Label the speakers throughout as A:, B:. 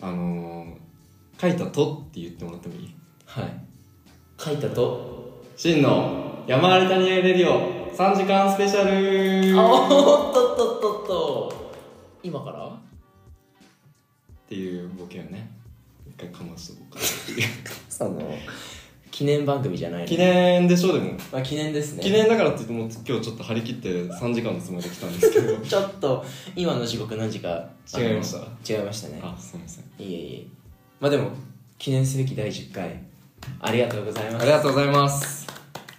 A: あのー、書いたとって言ってもらってもいい
B: はい
C: 書いたと
A: 真の山あり谷ありレディオ3時間スペシャル
C: あ
A: っ
C: おっとっとっとっと今から
A: ていうボケをね一回かましとこうか
C: その記念番組じゃないの
A: 記、念でしょでも
C: まあ、記念ですね
A: 記念だからって言ってもう今日ちょっと張り切って3時間のつもりで来たんですけど
C: ちょっと今の時刻何時かあの
A: 違いました
C: 違いましたね
A: あすいません
C: いえいえまあでも記念すべき第10回ありがとうございま
A: あ
C: す
A: りがとうございます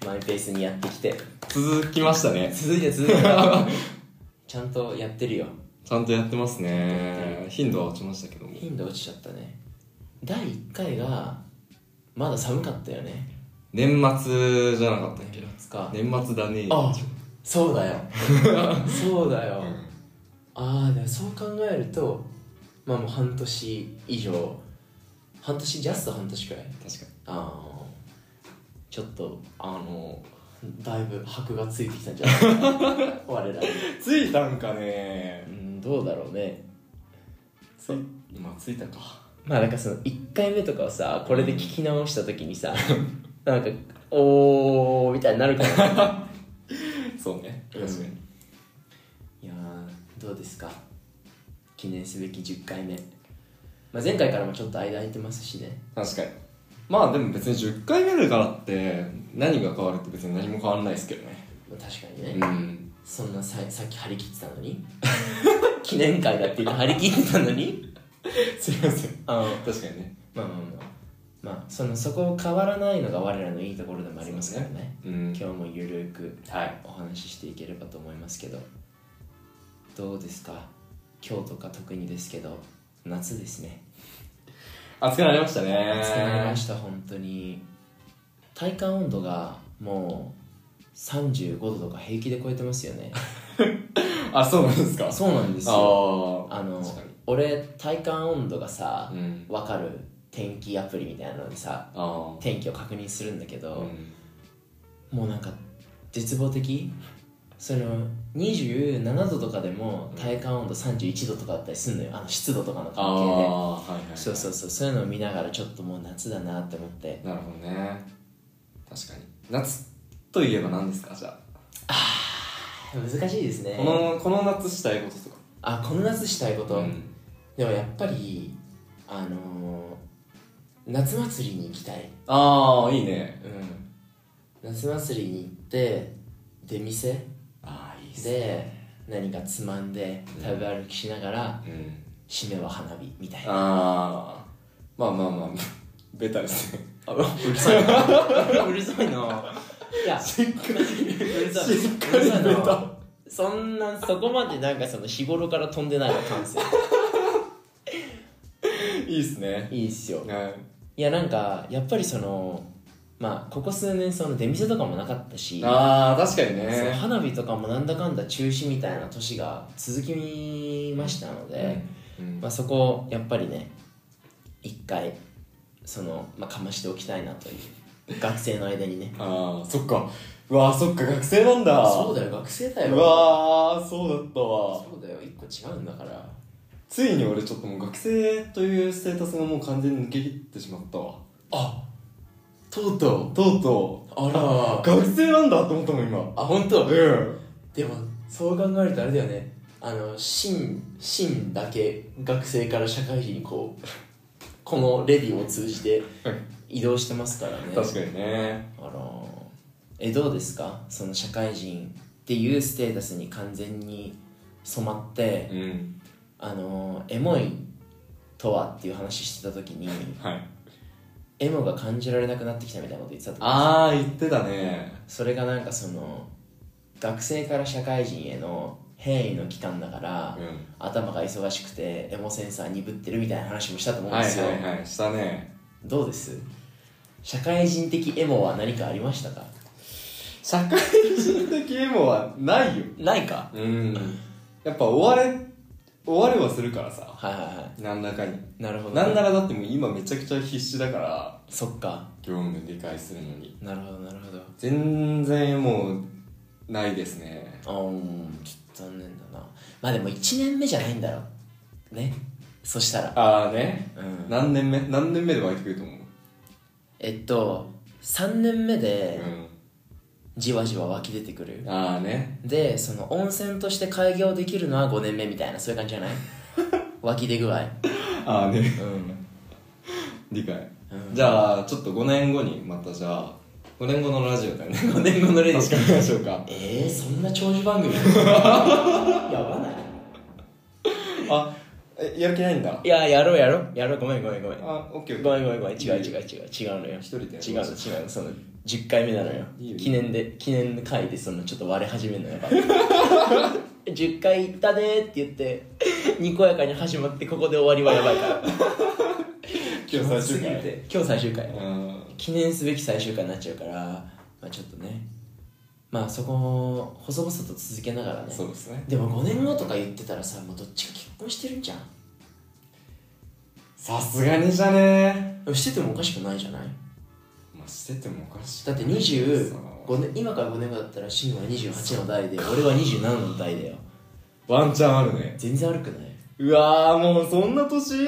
C: マイペースにやってきて
A: 続きましたね
C: 続いて続いて ちゃんとやってるよ
A: ちゃんとやってますね頻度は落ちましたけども
C: 頻度落ちちゃったね第1回がまだ寒かったよね
A: 年末じゃなかったっけ
C: 年末か
A: 年末だね
C: あそうだよ そうだよ、
A: うん
C: ああでもそう考えるとまあもう半年以上半年ジャスト半年くらい
A: 確かに
C: ああちょっとあのだいぶ箔がついてきたんじゃないか な我らに
A: ついたんかね
C: うんどうだろうね
A: ついまあついたか
C: まあなんかその1回目とかをさこれで聞き直した時にさなんかおーみたいになるから
A: そうね
C: うんいやーどうですか記念すべき10回目、まあ、前回からもちょっと間空いてますしね
A: 確かにまあでも別に10回目だからって何が変わるって別に何も変わらないですけどね
C: まあ確かに
A: う
C: ね、
A: ん
C: そんなささっき張り切ってたのに 記念会だっていうの張り切ってたのに
A: すいません
C: あの
A: 確かにね
C: まあまあまあまあそのそこ変わらないのが我らのいいところでもありますからね
A: うん
C: 今日もゆるく
A: はい
C: お話ししていければと思いますけどどうですか今日とか特にですけど夏ですね
A: 暑くなりましたね
C: 暑くなりました本当に体感温度がもう35度とか平気で超えてますよ ね
A: あそうなんですか
C: そうなんですよ
A: あ
C: あ
A: あ
C: の
A: 確かに
C: 俺体感温度がさ
A: うん
C: 分かる天気アプリみたいなのでさ
A: あ
C: 天気を確認するんだけ
A: あ
C: ど、
A: うん
C: もうなんか絶望的その27度とかでも体感温度31度とかだったりするのよあの湿度とかの
A: あ
C: 関
A: あ
C: 係
A: は
C: で
A: いはいはい
C: そうそうそうそういうのを見ながらちょっともう夏だなって思って
A: なるほどね確かに夏といえば何ですかじゃあ、
C: 難しいですね
A: このこの夏したいこととか
C: あこの夏したいこと、
A: うん
C: でもやっぱりあのー夏祭りに行きたい
A: ああいいね
C: うん夏祭りに行って出店
A: ああいいっ
C: で何かつまんで
A: うん
C: 食べ歩きしながら
A: うん
C: 締めは花火 みたいな
A: ああまあまあまあベタですね
C: あ うるさいなうるさいないや
A: しっか
C: うるさい
A: しっかり出
C: うるさいな
A: た
C: そんなそこまでなんかその日頃から飛んでないの感性
A: いいっすね
C: いいっすよ
A: はい
C: いやなんかやっぱりそのまあここ数年その出店とかもなかったし
A: ああ確かに
C: そう
A: ね
C: 花火とかもなんだかんだ中止みたいな年が続きましたので、
A: うん
C: まあ、そこをやっぱりね一回その、まあ、かましておきたいなという学生の間に ね
A: ああそっかうわーそっか学生なんだ
C: そうだよ学生だよ
A: うわーそうだったわ
C: そうだよ一個違うんだから
A: ついに俺ちょっともう学生というステータスがもう完全に抜け切ってしまったわ
C: あとうと
A: とうと
C: うあら
A: う学生なんだと思ったもん今
C: あ本当
A: うん
C: でもそう考えるとあれだよねあの真真だけ学生から社会人にこうこのレディを通じて移動してますからね
A: 確かにね
C: あらーえどうですかその社会人っていうステータスに完全に染まって、
A: うん
C: あのーエモいとはっていう話してた時に
A: はい
C: エモが感じられなくなってきたみたいなこと言ってたと思う
A: あ
C: んですよ
A: あ言ってたね
C: それがなんかその学生から社会人への変異の期間だから、
A: う
C: 頭が忙しくてエモセンサー鈍ってるみたいな話もしたと思
A: ん
C: うんで
A: はい
C: すよ、
A: はいはいしたね
C: どうです社会人的エモは何かありましたか
A: 社会人的エモはないよ
C: ないか
A: うんやっぱ追われ追われはするからさ
C: はいはいは
A: 何らかに
C: いなるほどね、
A: なんならだってもう今めちゃくちゃ必死だから
C: そっか
A: 業務理解するのに
C: なるほどなるほど
A: 全然もうないですね
C: ああちょっと残念だなまあでも1年目じゃないんだろうねそしたら、
A: ああね、
C: うん
A: 何年目何年目で湧いてくると思う
C: えっと3年目で
A: う
C: じわじわ湧き出てくる
A: ん、ああね
C: でその温泉として開業できるのは5年目みたいなそういう感じじ ゃない湧き出具合
A: ああね
C: うん
A: 理解、
C: うん
A: じゃあちょっと5年後にまたじゃあ5年後のラジオだよね
C: 5年後のレディ
A: 確かにましょうか
C: えー、そんな長寿番 組やばない
A: あえやる気ないんだ
C: いややろうやろうやろうごめんごめんごめん
A: あオッケーオッケー
C: ごめんごめんごめん違う違う違う違うのよ
A: 一人でや
C: 違
A: り
C: う
A: ま
C: の
A: し
C: 違うのその10回目なのよ
A: いいよ
C: 記念で記念会でそのちょっと割れ始めるのよ 10回行ったねーって言ってにこやかに始まってここで終わりはやばいから
A: 今日最終
C: すぎ
A: 回
C: て今日最終回
A: うん
C: 記念すべき最終回になっちゃうからまあちょっとねまあそこを細々と続けながらね
A: そうですね
C: でも5年後とか言ってたらさもうどっちか結婚してるんじゃん
A: さすがにじゃね
C: でもしててもおかしくないじゃない
A: まあしててもおかしい
C: だって25年今から5年後だったらシンは28の代で俺は27の代だよ
A: ワンチャンあるね
C: 全然悪くないう
A: わーもうそんな年
C: い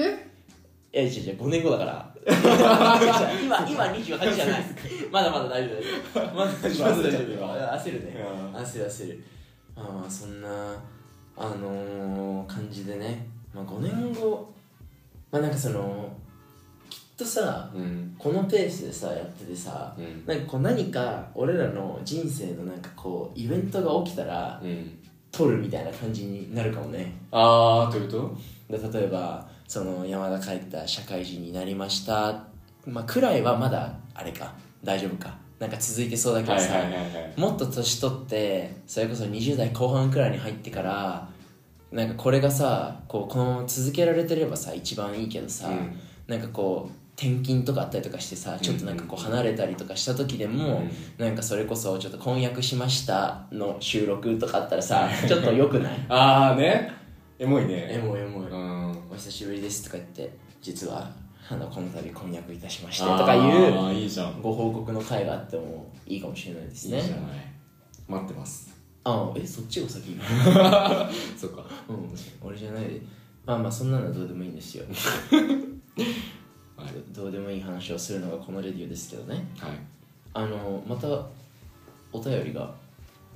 C: や違う違う5年後だから 今今28じゃないまだまだ大丈夫だよまだ大丈夫
A: 焦っちゃっ
C: だ
A: てる
C: よ
A: わ
C: 焦るね
A: うん
C: 焦る焦るまあまあそんなあのー、感じでね、まあ、5年後まあなんかそのきっとさ
A: うん
C: このペースでさやっててさ
A: うん
C: なんかこう何か俺らの人生のなんかこうイベントが起きたら
A: うん
C: 撮るみたいな感じになるかもね
A: あーというと
C: で例えばその山田帰った社会人になりました、まあ、くらいはまだあれか大丈夫かなんか続いてそうだけどさ、
A: いはい
C: もっと年取ってそれこそ20代後半くらいに入ってからなんかこれがさこうこのまま続けられてればさ一番いいけどさ、
A: うん
C: なんかこう転勤とかあったりとかしてさちょっとなんかこう離れたりとかした時でも、なんかそれこそちょっと婚約しましたの収録とかあったらさちょっと良くない
A: あーねエモいね
C: エモいエモい
A: うん
C: お久しぶりですとか言って実はあのこの度婚約いたしましてと
A: あ
C: かいう
A: あいいじゃん
C: ご報告の会があってもいいかもしれないです
A: いいじゃない
C: ね
A: 待ってます
C: あえそっちが先
A: そっか
C: うん俺じゃないでまあまあそんなのはどうでもいいんですよ
A: はい
C: どどうでもいい話をするのがこのレディオですけどね
A: はい
C: あのまたお便り が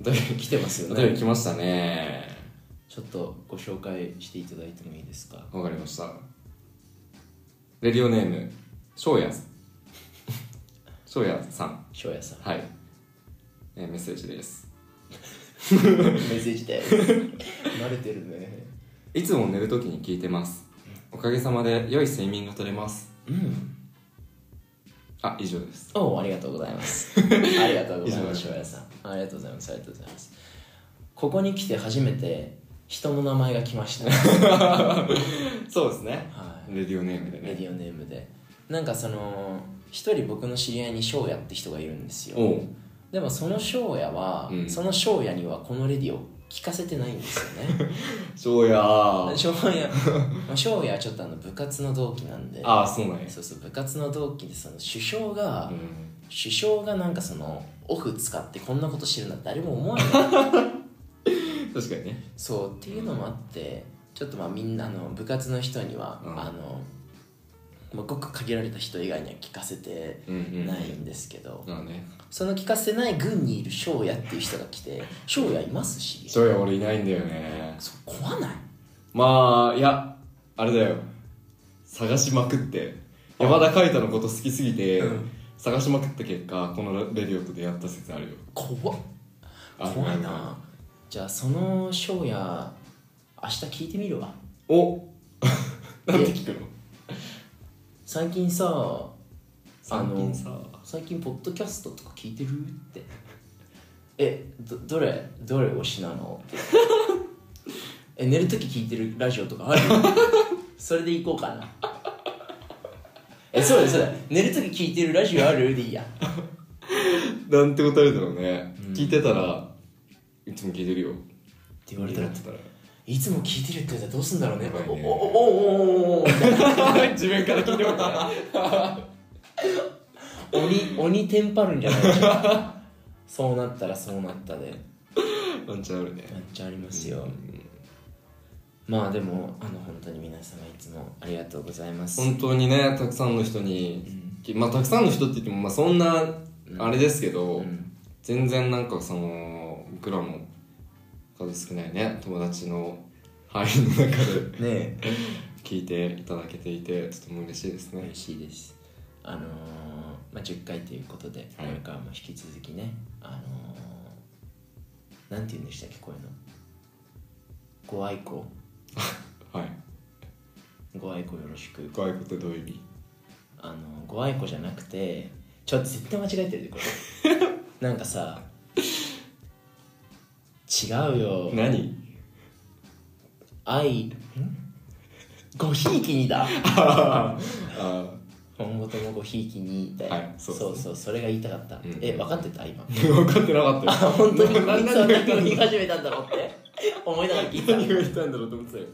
A: お便
C: 来てますよ
A: お便
C: ね
A: り来ましたね
C: ちょっとご紹介していただいてもいいですか
A: わかりましたレディオネーム翔也 翔也さん
C: 翔也 さん
A: はい、えーメッセージです
C: メッセージで慣れてるね
A: いつも寝るときに聞いてますおかげさまで良い睡眠が取れます
C: うん
A: あ以上です
C: おうありがとうございます ありがとうござい
A: 以上
C: ま
A: ですす
C: 翔也さんありがとうございますありがとうございますここに来て初めて人の名前が来ま した、
A: そうですね
C: は
A: レディオネームで
C: い、レデ
A: ね
C: ィオネームでなんかその一人僕の知り合いに翔也って人がいるんですよ
A: おう
C: でもその翔也は、
A: うん
C: その翔也にはこのレディを聞かせてないんですよね
A: 翔也 あ
C: 翔也、まあ、翔也はちょっとあの部活の同期なんで
A: あそうなんや
C: そうそう部活の同期でその首相が、
A: うん
C: 首相がなんかそのオフ使ってこんなことしてるなんて誰も思わない
A: 確かにね
C: そうっていうのもあってちょっとまあみんなあの部活の人には、
A: うん
C: あのまあごく限られた人以外には聞かせて
A: うんうん
C: ないんですけど、
A: まあね
C: その聞かせない軍にいる翔也っていう人が来て翔也いますし
A: 翔也俺いないんだよね
C: そう怖ない
A: まあいやあれだよ探しまくって山田海人のこと好きすぎて、
C: うん
A: 探しまくった結果このレディオと出会った説あるよ
C: 怖っ
A: あ
C: 怖い
A: るあ
C: なじゃあその翔也明日聞いてみるわ
A: るお なんて聞くの
C: 最近さあの
A: 最近さ
C: 最近ポッドキャストとか聞いてるってえどどれどれ推しなのえ寝る時聞いてるラジオとかあるそれで行こうかなえそうだそうだ寝る時聞いてるラジオあるでいいや
A: なんて答えるだろうね、聞いてたらいつも聞いてるよって
C: 言われたら
A: ってたら
C: いつも聞いてるって言われたらどうすんだろうね
A: やばいね
C: おおおおおおみたいな
A: 自分から聞 いてもらっ
C: 鬼鬼テンパるんじゃないでしょうかそうなったらそうなったで
A: たワンチャンあるね
C: めっちゃありますよ、まあでもあの本当に皆様いつもありがとうございます
A: 本当にねたくさんの人に、まあたくさんの人って言っても、まあ、そんなあれですけど、
C: うん
A: 全然なんかその僕らも数少ないね友達の範囲の中で
C: ねえ
A: 聞いていただけていてとても嬉しいですね
C: 嬉しいですあのーまあ10回ということでこ
A: はい
C: れからも引き続きねあのーなんて言うんでしたっけこういうのご愛顧
A: はい
C: ご愛顧よろしく
A: ご愛顧ってどういう意味
C: あのご愛顧じゃなくてちょっと絶対間違えてるでこ れなんかさ違うよ
A: 何
C: 愛んごひいき にだ
A: ああ
C: 今後ともごひいきにだよ、
A: はいそ
C: そうう
A: そ
C: そううそれが言いたかった、
A: ん
C: え分かって た今
A: 分かってなかったよ
C: 本当にこ
A: ない
C: つ
A: 何が
C: は
A: 言い
C: 何
A: た
C: を
A: い
C: 言い
A: んだ
C: 始めたんだろうって思いながら聞 いてた
A: 何が言いたいんだろうと思ってたよ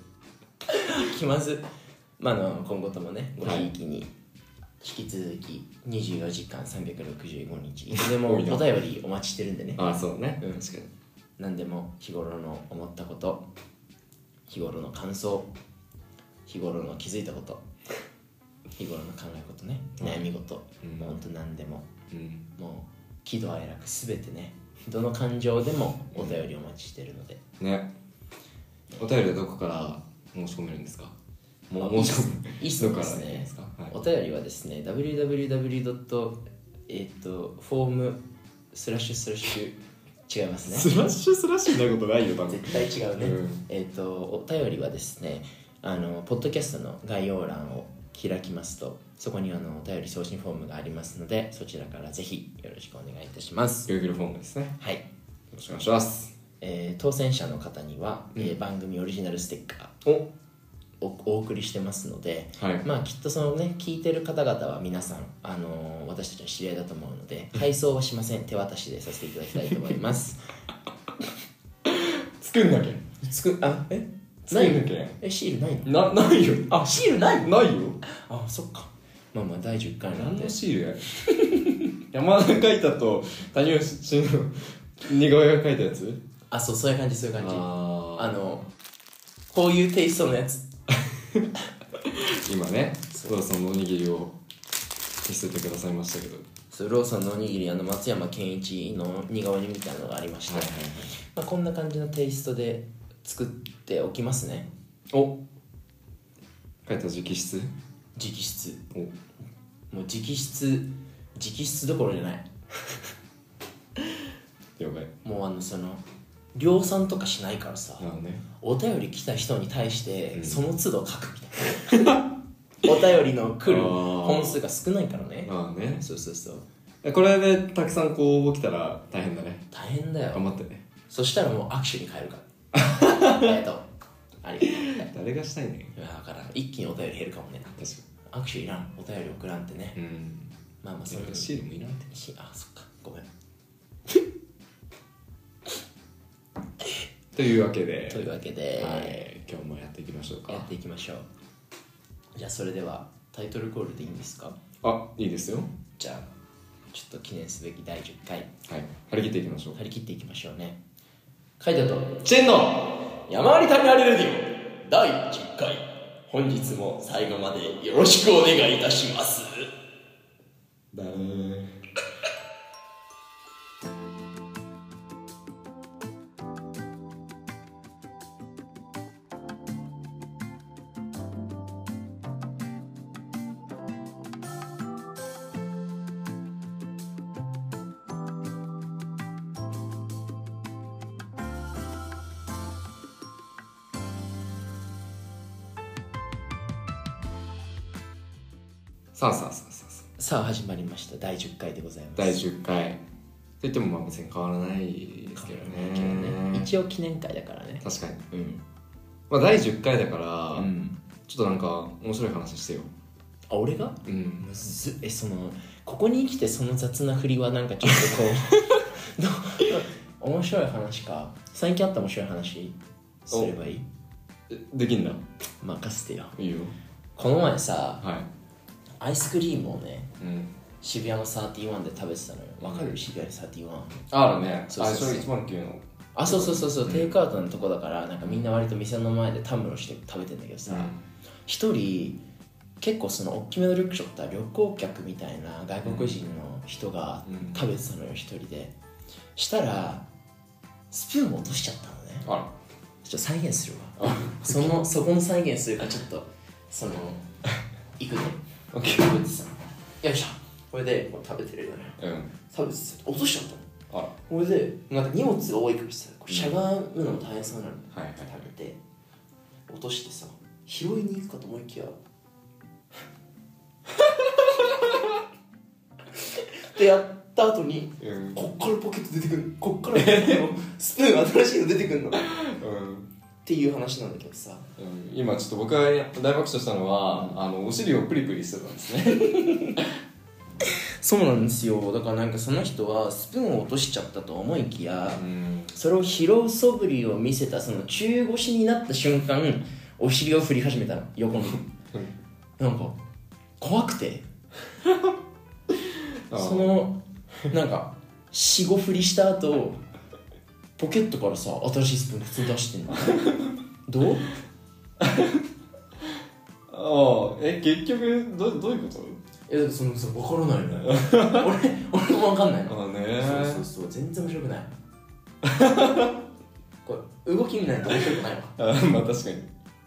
C: 気まずまああの今後ともねごひいきに、引き続き24時間365日 いつでもお
A: 多いな
C: 便りお待ちしてるんでね
A: ああそうね、
C: うん
A: 確かに
C: 何でも日頃の思ったこと日頃の感想日頃の気づいたこと日頃の考えことね悩み事、
A: うん
C: もうほんと何でも
A: うん
C: もう喜怒哀楽すべてねどの感情でもお便りお待ちしてるので、
A: ねお便りはどこから申し込めるんですかも
C: あ
A: う申し込む
C: いい質問
A: ど
C: で
A: こから
C: す
A: でいい
C: ね
A: ですかはい
C: お便りはですね www. えっとフォームスラッシュスラッシュ違いますね
A: スラッシュスラッシュになることないよ多分
C: 絶対違うね、
A: うん
C: えっ、とお便りはですねあのポッドキャストの概要欄を開きますとそこにあのお便り送信フォームがありますのでそちらからぜひよろしくお願いいたします
A: Google フォームですねよ
C: はい、
A: ろしくお願いします
C: えー当選者の方には、えー
A: うん
C: 番組オリジナルステッカ
A: お
C: ーをお送りしてますので
A: はい
C: まあきっとそのね聞いてる方々は皆さん、あのー私たちの知り合いだと思うので配送はしません手渡しでさせていただきたいと思います
A: 作んなきゃ
C: つくあえ
A: 作んなきゃ
C: えシールないの
A: なないよ
C: あシールない
A: ないよ
C: あそっかまあまあ第10回なん
A: 何
C: で
A: のシールや 山田が書いたと谷吉の似顔絵が書いたやつ
C: あそうそういう感じそういう感じあ
A: あ
C: のこういうテイストのやつ
A: ー今ねそろそろのおにぎりを見せてくださいましたけど
C: そうローソンのおにぎりあの松山ケンイチの似顔絵みたいなのがありまして、まあ、こんな感じのテイストで作っておきますね
A: お書いた直筆
C: 直筆
A: お
C: もう直筆直筆どころじゃない
A: やばい
C: もうあのその量産とかしないからさ、
A: なあね
C: お便り来た人に対して、
A: うん
C: その都度書くみたいな お便りの来る
A: あー
C: 本数が少ないからね
A: まあね
C: そうそうそう
A: これでたくさんこう応募来たら大変だね
C: 大変だ
A: 頑
C: よ
A: 張ってね
C: そしたらもう握手に変えるからありがとうありがと
A: 誰がしたいね
C: ういやだから一気にお便り減るかもね
A: 確か
C: 握手いらんお便り送らんってね
A: にうん
C: まあまあそれ
A: シールもいらんて
C: しあそっかごめん
A: というわけで
C: というわけで、
A: はい今日もやっていきましょう
C: や
A: か
C: っていきましょうじゃあそれではタイトルコールでいいんですか
A: あいいですよ
C: じゃあちょっと記念すべき第10回
A: はい張り切っていきましょう
C: 張り切っていきましょうね書いてあと
A: チェンの
C: 山あり谷ありレディオ第10回本日も最後までよろしくお願いいたします
A: だーさあさあさあさあさあ
C: さあ始まりました第10回でございます
A: 第10回といってもまあ別に変わらないですけどね
C: 一応記念会だからね
A: 確かに
C: うん、
A: まあ第10回だから、
C: ん、
A: ちょっとなんか面白い話してよ
C: あ俺が
A: うん
C: むずっえそのここに来てその雑な振りはなんかちょっ とこうど面白い話か最近あった面白い話すればいい
A: えできんだ
C: 任せてよ
A: いいよ
C: この前さ
A: は
C: アイスクリームをね
A: い、うん、
C: 渋谷の31で食べてたのよわかる渋谷の31
A: あるね
C: そうそうそう
A: あれそれ109の
C: あそうそうそうそう、テイクアウトのとこだからなんかみんな割と店の前でたむろして食べてんだけどさ一、人結構その大きめのリュックショッター旅行客みたいな外国人の人が
A: うん
C: 食べてたのよ一人でしたらスプーンを落としちゃったのね
A: あ
C: ちょっと再現するわ
A: らあ
C: そのそこの再現するからちょっとその行くね
A: オッケ
C: 食べてさよいしょこれでこう食べてるよね
A: ーうん
C: 食べてさ落としちゃったの
A: あら
C: これでなんか荷物が多いからさこうしゃがむのも大変そうなの、
A: はいはい
C: 食べて落としてさ拾いに行くかと思いきや ってやった後に
A: うん
C: こっからポケット出てくるこっからポケッ トのスプーン新しいの出てくるの
A: うん
C: っていう話なんだけどさ
A: うん今ちょっと僕が大爆笑したのは、あのお尻をプリプリしてたんですね
C: そうなんですよだからなんかその人はスプーンを落としちゃったと思いきや
A: うん
C: それを拾う素振りを見せたその中腰になった瞬間お尻を振り始めたの横になんか怖くて
A: あー
C: そのなんか45振りした後ポケットからさ新しいスプーン普通に出してんのどう
A: ああえ結局どどういうこ
C: えだってそのさ分からないのよ俺俺も分かんない
A: と
C: の
A: ああね
C: そうそうそう全然面白くないこれ動き見ないと面白くないわ
A: あーまあ確かに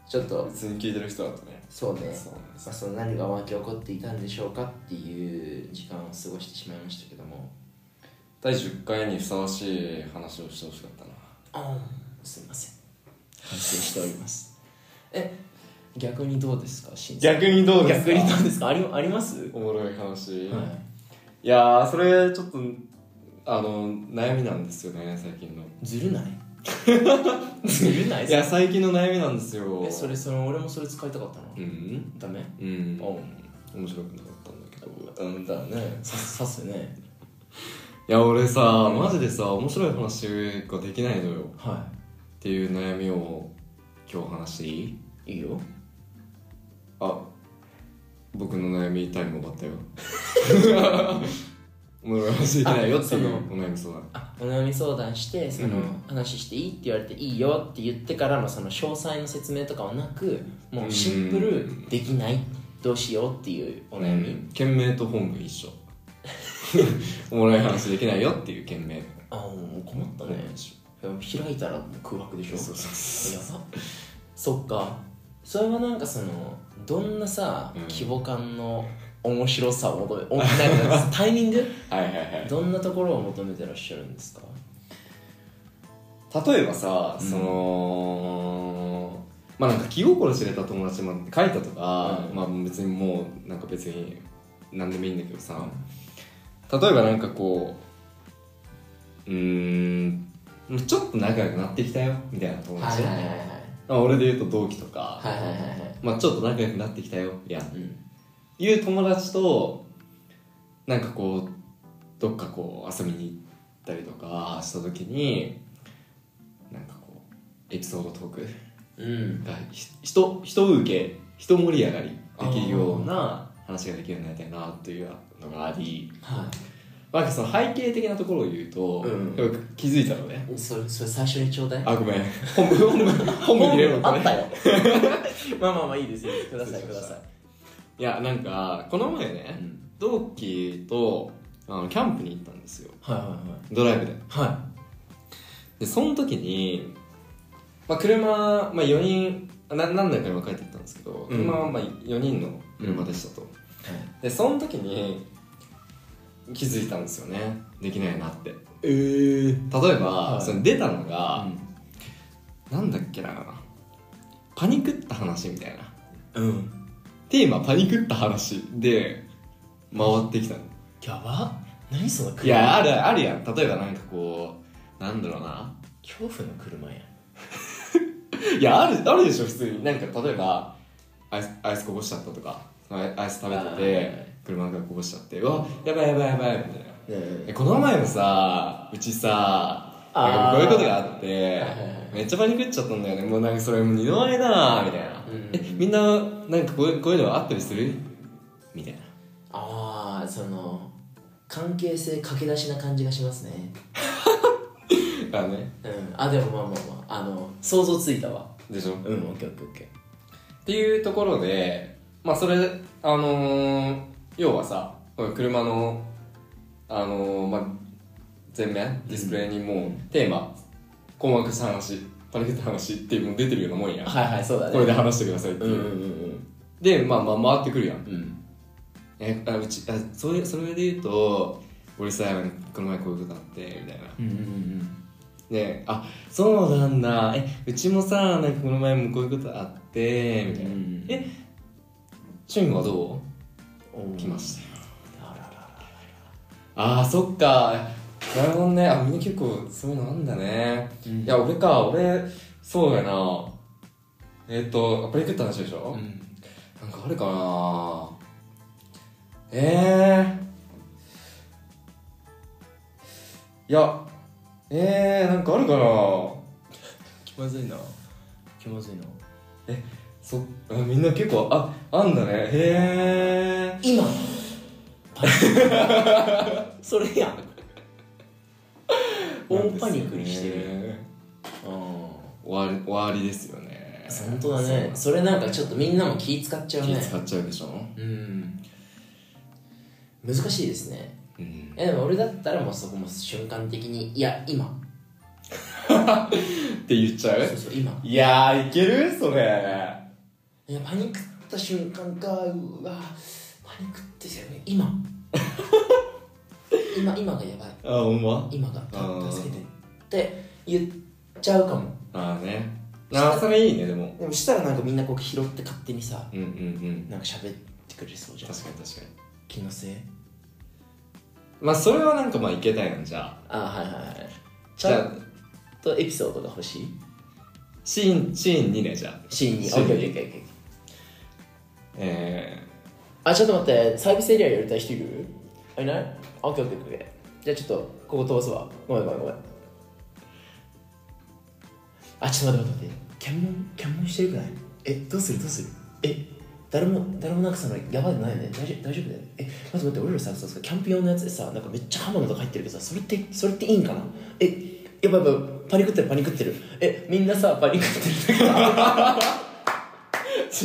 C: ちょっと
A: 普通に聞いてる人だとね
C: そうね
A: そうなんです
C: まあ、その何が巻き起こっていたんでしょうかっていう時間を過ごしてしまいましたけども
A: 第10回にふさわしい話をしてほしかったな
C: すみません反省しております え逆にどうですか新
A: 逆にどうですか
C: 逆にどうですかありあります、
A: おもろい話、、
C: はい
A: やーそれちょっとあの悩みなんですよね最近の
C: い、ずる ないずるない
A: いや最近の悩みなんですよ
C: えそれその俺もそれ使いたかったな、
A: うん
C: ダメ
A: うん
C: おう
A: 面白くなかったんだけどうんだね
C: ささすね
A: いや俺さマジでさ面白い話ができないのよっ
C: は
A: ていう悩みを今日話していい
C: いいいよ
A: あ僕の悩みタイム終わ ったよ面白い話できないよっていうお悩み相談
C: あお悩み相談してその、
A: うん
C: 話していいって言われていいよって言ってからのその詳細の説明とかはなくもうシンプ
A: う
C: ルできないどうしようっていうお悩み、
A: うん件名と本文一緒 おもろい話できないよっていう件名
C: ああもう困ったね
A: 本文一緒
C: 開いたらもう空白でしょ
A: そうそうそう
C: やばそっかそれはなんかそのどんなさ、
A: うん
C: 規模感の面白さを求めおなん かタイミング
A: はいはいはい
C: どんなところを求めてらっしゃるんですか
A: 例えばさ、
C: うん
A: そのまあなんか気心知れた友達まで書いたとか、
C: うん
A: まあ別にもうなんか別に何でもいいんだけどさ、例えばなんかこううーんちょっと仲良くなってきたよみたいな友達、まあ俺で言うと同期とか、
C: はいはいはいはい
A: まあちょっと仲良くなってきたよいや
C: うん
A: いう友達となんかこうどっかこう遊びに行ったりとかした時になんかこうエピソードトーク
C: うん
A: がひひとひと受けひと盛り上がりできるような話ができるようになりたいなというのがあり
C: は
A: まあその背景的なところを言うと、
C: うん
A: よく気づいたのね
C: いそれそれ最初にちょうだい
A: あごめん本部本部本部に入れるのか
C: あ
A: ね
C: ったよ まあまあまあいいですよくださいくださ
A: いやなんかこの前
C: い、
A: ね
C: ん、
A: 同期とあのキャンプに行ったんですよ
C: はいはい
A: ドライブで
C: はいは
A: でその時に、まあ、車、まあ、4人な何台かに分かれてったんですけど、
C: うん
A: 車はまあ4人の車でしたと、
C: い
A: でその時に気づいたんですよねできないなって例
C: え
A: え
C: ー
A: ば、
C: い
A: その出たのが
C: あ、
A: なんだっけなパニクった話みたいな
C: うん
A: テーマパニクった話で回ってきたの
C: やば何その車
A: いやあるあるやん例えばなんかこうなんだろうな
C: 恐怖の車や
A: いやあるあるでしょ普通になんか例えばアイスアイスこぼしちゃったとかアイアイス食べて
C: はいはいはい
A: て車の中こぼしちゃってうわやばいやばいやばいみたいな
C: うん
A: えこの前もさうちさ
C: あ
A: なんかこ
C: ー
A: ういうことがあって
C: はいはい
A: めっちゃパニクっちゃったんだよねもうなんかそれもう二度前だみたいな、
C: うん
A: えみんななんかこういうこういうのあったりするみたいな
C: ああその関係性駆け出しな感じがしますね
A: あのね
C: うんあでもまあまあまああの想像ついたわ
A: でしょ
C: うんオッケーオッケーオッケ
A: っていうところでまあそれあのー要はさ車のあのーまあ前面ディスプレイにもうテーマ困惑した話パニックった話っていうもう出てるようなもんや、
C: ーはいはいそうだね
A: これで話してくださいって
C: う
A: い
C: ん
A: う、
C: うんうん
A: でまあまあ回ってくるやん
C: うんうん
A: えあうちあそれそれで言うと俺さこの前こういうことあってみたいな
C: うんうん
A: ねあそうなんだえうちもさなんかこの前もこういうことあってみたいな、
C: うん
A: えシュンはど
C: うん
A: う
C: お
A: 来ましたよ
C: たあらららら
A: あーそっかなるほどねあみんな結構そういうのあんだね、
C: うん
A: いや俺か俺そうやなえっ、とパニックった話でしょ、
C: うん
A: なんかあるかなええー、いやえー、なんかあるかな気まずいな
C: 気まずいな
A: そあみんな結構ああんだねへえ
C: 今 それやん大パニックにしてるう
A: 終わり終わりですよね
C: ん本当だねそれなんかちょっとみんなも気使っちゃ
A: そうう気
C: ね
A: 使っちゃうでしょ
C: うん難しいですね
A: うん
C: えでも俺だったらもうそこも瞬間的にいや今
A: って言っちゃ
C: そうそう今
A: いやーいけるそれ
C: いやパニックった瞬間かうわパニックってたよね 今今今がやばい
A: あほんま
C: 今がた
A: あー
C: 助けてって言っちゃうかも
A: ああねあーそれいいねでも
C: でもしたらなんかみんなこう拾って勝手にさ
A: うんうんうん
C: なんか喋ってくれそうじゃん
A: 確かに確かに
C: 気のせい
A: まあそれはなんかまあいけたやんじゃあ
C: あはいはいはい
A: じ
C: ち
A: ゃ
C: ゃ
A: あ
C: んとエピソードが欲しい
A: シーンシーン2ねじゃあ
C: シーンに
A: シーンに
C: OKOKOK
A: え
C: あちょっと待ってサービスエリアやりたい人いるあいない ?OKOKOK じゃあちょっとここ通すわごめんごめんごめんあちょっと待って待って待って検問検問してるくないえどうするどうするえ誰も誰もなんかそのやばいのないよね大丈夫大丈夫だよねえ待って待って俺らさそうそうキャンプ用のやつでさなんかめっちゃ刃物とか入ってるけどさそれってそれっていいんかなえやばいやばいパニクってるパニクってるえみんなさパニクって
A: ー、
C: る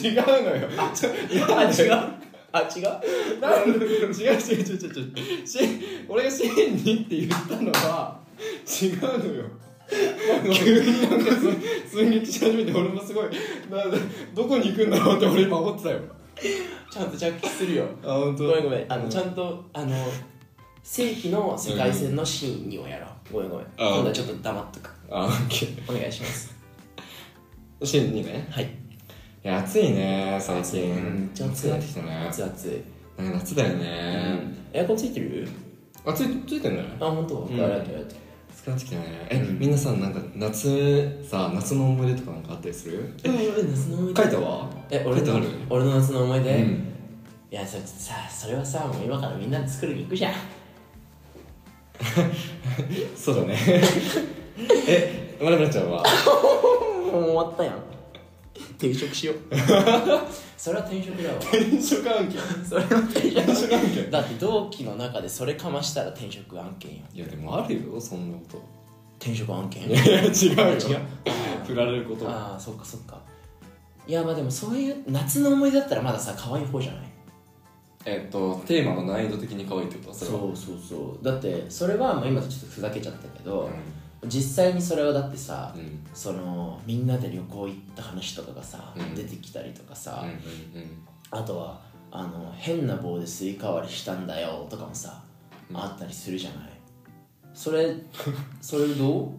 A: 違うのよちょいや
C: あ違うあ違う
A: なん違う違う違う違う違うシーン俺がシーン2って言ったのは違うのよ急になんかす寸劇し始めて俺もすごいなどこに行くんだろうって俺今思ってたよ
C: ちゃんと着地するよ
A: あ本当
C: ごめんごめんあの、
A: うん
C: ちゃんとあの正規の世界線のシーンにをやろうごめんごめん今度はちょっと黙っとく
A: あオッケー
C: お願いします
A: シーン2ね
C: はい
A: いや暑いね最近
C: めっちゃ暑い
A: なってきたね
C: 熱々
A: なんか夏だよね、
C: エアコンついてる
A: あついついてんだよね
C: あ本当、
A: ん
C: ありがとうありがとう
A: 暑くなってきたねえ、
C: うん
A: みんなさなんか夏さ夏の思い出とかなんかあったりする
C: え俺夏の思い出
A: 書いたわ
C: え俺
A: 書いて
C: の
A: ある
C: 俺の夏の思い出、
A: うん
C: いやそれさそれはさもう今からみんなで作る曲じゃん
A: そうだね えまるまるちゃんは
C: もう終わったやん転職しよう それは転職だわ
A: 転職関係
C: それは転職
A: 転職関係
C: だって同期の中でそれかましたら転職案件よ
A: いやでもあるよそんなこと
C: 転職案件
A: いやいや違うよ
C: 違う
A: 振られること
C: ああそっかそっかいやまあでもそういう夏の思い出だったらまださ可愛い方じゃない
A: えっとテーマの難易度的に可愛いってことれは
C: そうそうそうだってそれはもう今ちょっとふざけちゃったけど
A: うん、
C: 実際にそれはだってさ、
A: うんうん
C: そのみんなで旅行行った話とかがさ、
A: うん
C: 出てきたりとかさ、
A: うん
C: あとはあの変な棒でスイカ割りしたんだよとかもさ、
A: うん
C: あったりするじゃないそ れそれど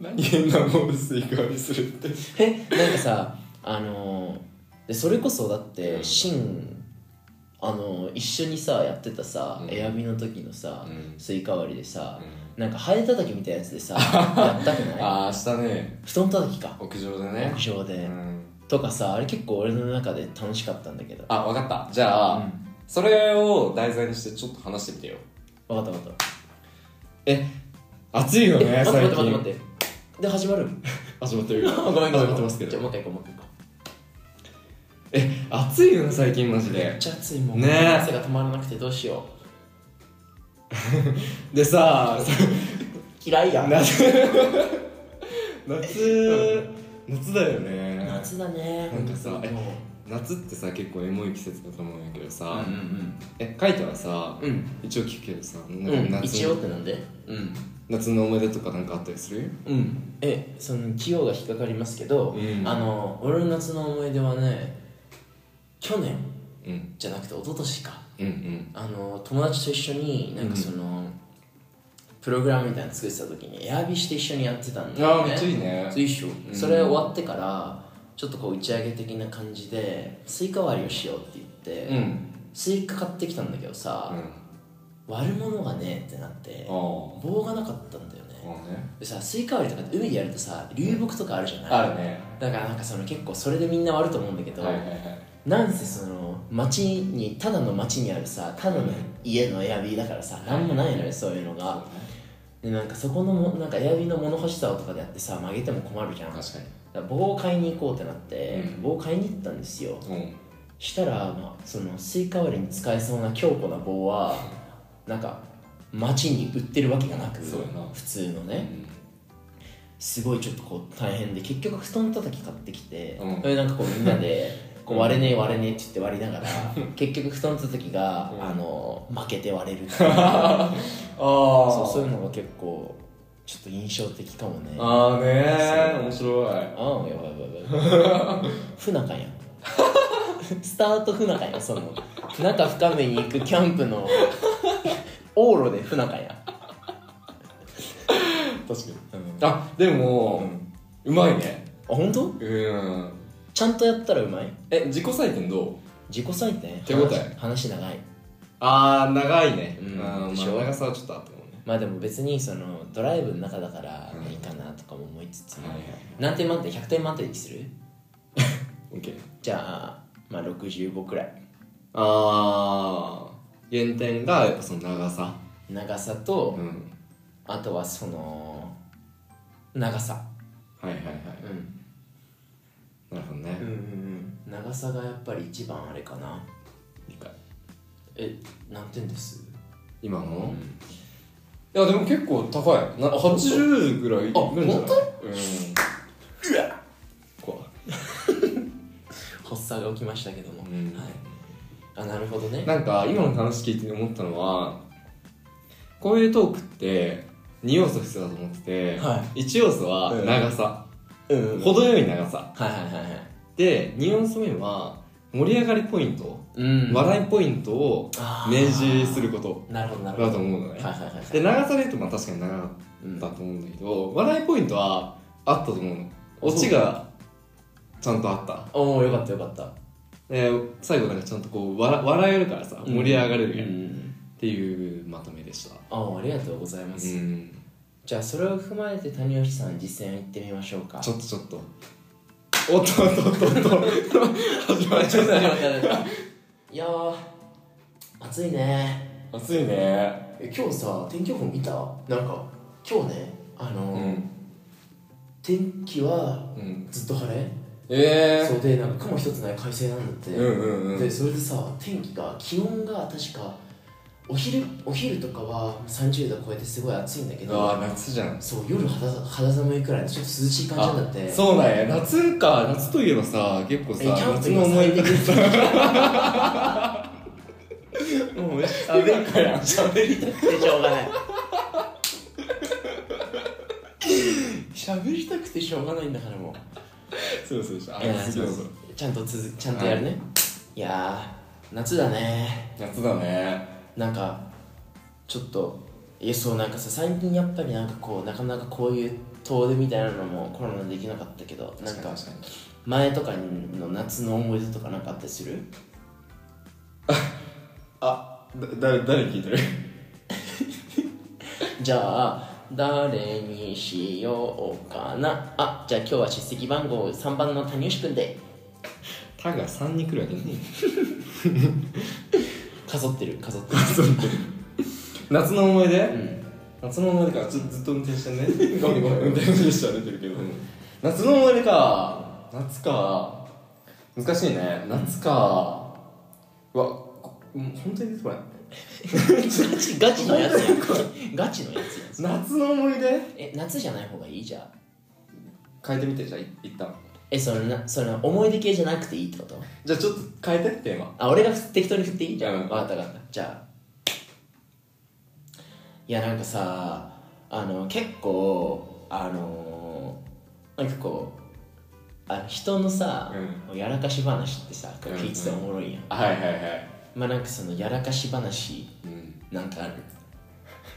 C: う
A: 何変なもんですいかにするって
C: えなんかさあのーでそれこそだってシンあのー一緒にさやってたさ、
A: うん
C: エアビの時のさ、
A: うん
C: スイカ割りでさ、
A: うん
C: なんかハエたたきみたいなや つでさやったくない
A: ああしたね
C: 布団たたきか
A: 屋上でね
C: 屋上で、
A: うん
C: とかさあれ結構俺の中で楽しかったんだけど
A: あわかったじゃあ、
C: うん
A: それを題材にしてちょっと話してみてよ
C: 分かった分かった
A: え暑 いよ
C: え
A: ね
C: 待って
A: 最
C: 待って
A: 近
C: 待って待ってで始まる
A: 始まってるよ 始まってますけ
C: じゃあも
A: ど
C: う一回行こうもう一回行こう
A: え暑いよね最近マジ
C: め
A: で
C: っちゃ暑いもん
A: ねえ
C: 汗が止まらなくてどうしよう
A: でさ
C: 嫌いやん
A: 夏夏夏だよね
C: 夏だね
A: なんかさ
C: 本当に
A: 夏ってさ結構エモい季節だと思うんやけどさ、
C: うん
A: え書いたらさ、
C: うんうん
A: 一応聞くけどさ
C: う
A: なん
C: ん
A: か夏
C: 一
A: の、
C: 応ってなんでうん
A: 夏の思い出とかなんかあったりする
C: うんえその器用が引っかかりますけど、
A: うん
C: あの俺の夏の思い出はね去年
A: うん
C: じゃなくて一昨年か
A: うんうん
C: あの友達と一緒になんかその、プログラムみたいなの作ってた時にエアビして一緒にやってたんだ
A: あーめっちゃいいね
C: そう一緒
A: うん
C: それ終わってからちょっとこう打ち上げ的な感じでスイカ割りをしようって言っ
A: う
C: て、
A: ん
C: スイカ買ってきたんだけど
A: あ
C: さ、割るものがねえってなって
A: あー
C: 棒がなかったんだよね、
A: まあね
C: でさスイカ割りとかって海でやるとさ流木とかあるじゃない、
A: あるね
C: だからなんかその結構それでみんな割ると思うんだけど、
A: はいはいはい
C: なんせその町にただの町にあるさただの家のエアビーだからさなんもないのよそういうのがでなんかそこのもなんかエアビーの物欲しさとかでやってさ曲げても困るじゃんだか
A: 確か
C: ら棒を買いに行こうってなって、
A: うん
C: 棒を買いに行ったんですよ
A: にうん
C: したら、まあ、そのスイカ割りに使えそうな強固な棒はなんか町に売ってるわけがなく
A: そうやな
C: 普通のね、すごいちょっとこう大変で結局布団叩き買ってきて、
A: うん
C: それでなんかこうみんなで こう割れねえ割れねえって言って割りながら結局布団叩きが、
A: うん
C: あの負けて割れ るっていうそうそういうのが結構ちょっと印象的かもねあ
A: ああねー面白い
C: あやばいやばいやばい不仲やんスタート不仲やんその仲深めに行くキャンプの往路で不仲や
A: 確かに
C: ん、うん、あ
A: あでもうまいね
C: 本当
A: うん
C: ちゃんとやったらうまい
A: え自己採点どう
C: 自己採点
A: 手応え
C: 話話長い
A: ああ長いね
C: うん
A: あー
C: でし
A: ま
C: ょ
A: あ長さはちょっとあったもんね
C: まあでも別にそのドライブの中だから
A: うん
C: いいかなとかも思いつつ、
A: はいはい
C: 何点満点100点満点にする
A: OK
C: じゃあまあ65くらい
A: ああ原点がやっぱその長さ
C: 長さと、
A: うん
C: あとはその長さ
A: はいはいはい
C: うん
A: なるほどね
C: うんうんうん長さがやっぱり一番あれかな
A: 理解
C: え何点です
A: 今のいやでも結構高いな80ぐらいいくんじゃない
C: あ本
A: うん怖
C: 発作が起きましたけども、
A: うん
C: はいあなるほどね
A: なんか今の話聞いて思ったのはこういうトークって2要素必要だと思ってて、
C: は
A: 1要素は長さ、
C: うんうんはい
A: 程よい長さ
C: はいはいはい
A: で2要素目は盛り上がりポイント、
C: うん
A: 笑いポイントを明示すること
C: なるほどなるほ
A: だ
C: ど
A: と思うのね、
C: はいはいはいはい
A: で長さで言うとまあ確かに長かったと思うんだけど、笑いポイントはあったと思うのオチがちゃんとあった
C: おおよかったよかった
A: で最後なんかちゃんとこう笑笑えるからさ盛り上がれるやん、
C: う
A: っ
C: ん
A: ていうまとめでした
C: あーありがとうございま
A: う
C: す、
A: ん
C: じゃあそれを踏まえて谷吉さん実践行ってみましょうか
A: ちょっとちょっとおっとおっとおっとおっと 始まっちゃっ
C: 待って待って待 っていやー暑いね
A: た暑いね
C: え今日さ天気予報見たなんか今日ねあの
A: う
C: ー、
A: ん
C: 天気は
A: うん
C: ずっと晴れ、
A: ええ
C: そうでなんか雲一つない快晴なんだって、
A: うんうんうん
C: でそれでさ天気が気温が確かお昼お昼とかは30度超えてすごい暑いんだけ
A: うわ
C: ど
A: 夏じゃん
C: そう夜肌肌寒いくらいでちょっと涼しい感じなんだって
A: そうなんや夏か夏といえばさ結構さ
C: えキャン
A: 夏
C: プ
A: の
C: の
A: 思
C: 思
A: い
C: い
A: 出
C: 出
A: が
C: です。
A: もう
C: 喋るから喋りたくてしょうがない。喋りたくてしょうがないんだからもう。
A: そうそうそうあ
C: いや
A: そうそう
C: ちゃんと続ちゃんとやるね。い、やー夏だね。
A: 夏だね
C: なんかちょっといやそうなんかさ最近やっぱりなんかこうなかなかこういう遠出みたいなのもコロナでできなかったけどなんか
A: 確かに
C: 前とかの夏の思い出とかなんかあったりする？
A: あだ誰誰聞いてる
C: じゃあ誰にしようかなあじゃあ今日は出席番号3番の谷吉くんで
A: タが3に来るわけね
C: かそってるかそってる
A: 夏の思い出、
C: うん
A: 夏の思い出かちょずっと運転してね ごめんごめん運転しては出てるけど、夏の思い出か夏か難しいね夏かうわこうん本当に出てこない
C: ガチガチのやつやんガチのやつやん
A: 夏の思い出
C: え夏じゃない方がいいじゃん
A: 変えてみてじゃあい一旦
C: えそのなその思い出系じゃなくていいってこと
A: じゃあちょっと変えてテーマ
C: あ俺がふ適当に振っていいじゃん、
A: うん
C: 分かった分かったじゃあいやなんかさあの結構あのなんかこうあの人のさ、やらかし話ってさこれ聞いてたらおもろいやん、
A: はいはいはい
C: まあなんかそのやらかし話
A: うん
C: なんかある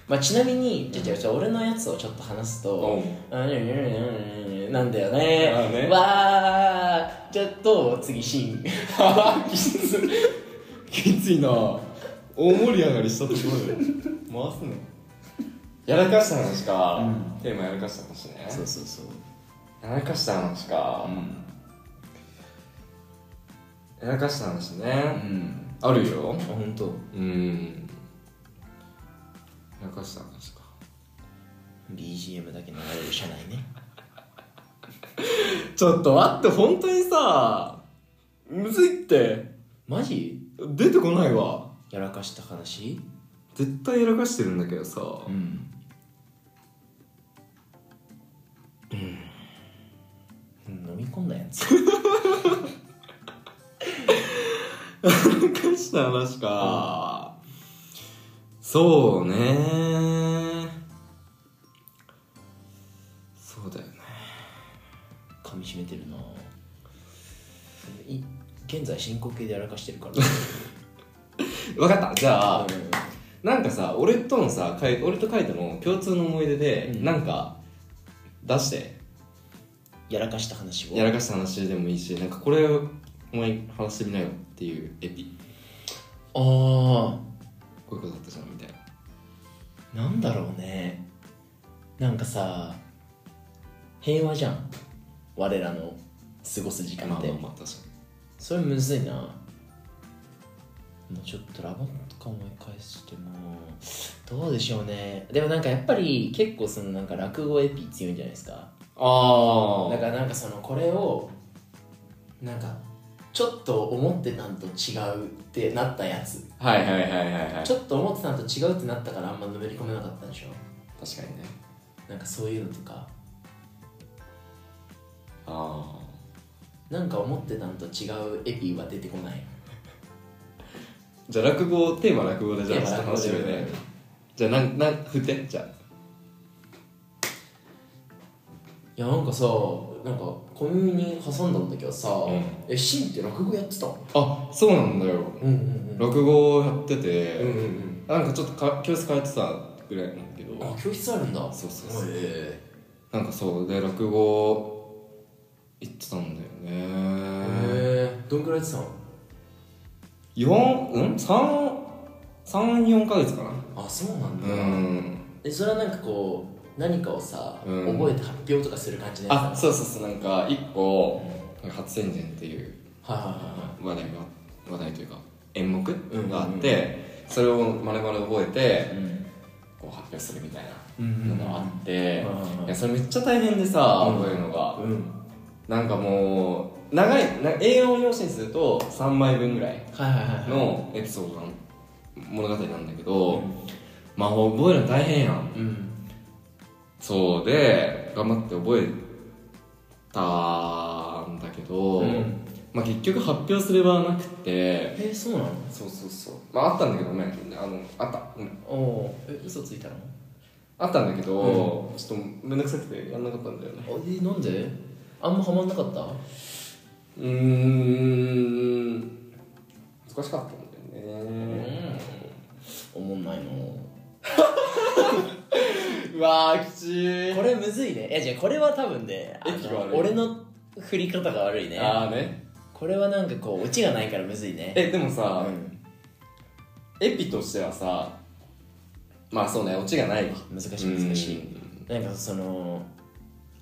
C: まあちなみにじゃあじゃあじゃあ俺のやつをちょっと話すと、
A: うん
C: うんうんうんうんなんだよね
A: あね
C: わあじゃあどう次シーン
A: きついきついな大盛り上がりしたところで回すのやらかした話か、
C: うん
A: テーマやらかした話ね
C: そうそうそう
A: やらかした話か、やらかした話
C: う
A: ね、
C: ん
A: あるよ
C: あ本当
A: うんやらかした話か
C: BGM だけ流れる車内ね
A: ちょっと待って本当にさむずいって
C: マジ
A: 出てこないわ
C: やらかした話
A: 絶対やらかしてるんだけどさ
C: んうん飲み込んだや つ
A: や らかした話か、そうねそうだよね
C: 噛み締めてるなぁい現在進行形でやらかしてるから
A: 分かったじゃ あ、
C: う
A: なんかさ俺とのさかい俺とカイトの共通の思い出で、
C: うん
A: なんか出して
C: んやらかした話を
A: やらかした話でもいいしなんかこれをお前話してみなよっていうエピ
C: ああ
A: こういうことだったじゃんみたいな
C: なんだろうねなんかさ平和じゃん我らの過ごす時間
A: まあ
C: っ
A: ま
C: て、
A: あまあ確か
C: それむずいなもうちょっとラボとか思い返してもどうでしょうねでもなんかやっぱり結構そのなんか落語エピ強いんじゃないですかだ
A: に
C: からなんかそのこれをなんかちょっと思ってたんと違うってなったやつ
A: ああはいはいはいはいはい
C: ちょっと思ってたんと違うってなったからあんまのめり込めなかったんでしょ
A: 確かにね
C: なんかそういうのとか
A: あ
C: なんか思ってたんと違うエピは出てこない
A: あじゃあ落語テーマ落語でじゃあ
C: テーマ
A: ちょっと
C: 落語
A: 話
C: で
A: してみねじゃあなんなん振ってじゃ
C: いやなんかさなんか小耳に挟んだんだけどさ、
A: ん
C: えシンって落語やってたの
A: ああそうなんだよ
C: うんうん
A: 落語をやってて、
C: うんうんうん
A: なんかちょっとか教室通ってたぐらいなんだけど
C: あ教室あるんだ
A: そうそうそう
C: へ
A: なんかそうで落語行ってたんだよ
C: え
A: ね
C: へえどんくらいやってたの
A: 4うん334ヶ月かな
C: あそうなん
A: う
C: だ、
A: ん
C: えそれはなんかこう何かをさ、
A: うん
C: 覚えて発表とかする感じでや
A: あ
C: って
A: そうそうそうなんか1個なんか初宣伝っていう
C: たのはいはいは
A: 話題
C: いはい
A: が話題というか演目
C: うん
A: があって、それをまるまる覚えて
C: うん
A: こう発表するみたい
C: うん
A: なのがあって、
C: うんうんうん
A: いやそれめっちゃ大変でさ、
C: うん
A: 覚えるのが、
C: うん
A: なんかもう長いな A4 用紙にすると3枚分ぐらい
C: はいはいはいはい
A: のエピソードなん物語なんだけど、まあ覚えるの大変やん
C: うん
A: そうで頑張って覚えたんだけど、
C: うん
A: まあ結局発表すればなくて
C: えそうなの
A: そうそうそうまああったんだけどごめんあのあったごめん
C: おおえ嘘ついたの
A: あったんだけど、ちょっとめんどくさくてやんなかったんだよね
C: あえなんであんまハマんなかった
A: うーん難しかったんだよ
C: う
A: ね
C: ん思んないの
A: うわーきち
C: これむずいねいやじゃあこれは多分ねあの
A: 駅が悪い
C: 俺の振り方が悪いね
A: ああね
C: これはなんかこうオチがないからむずいね
A: えでもさ、
C: うん
A: エピとしてはさまあそうねオチがないわ
C: 難しい難しいなんかその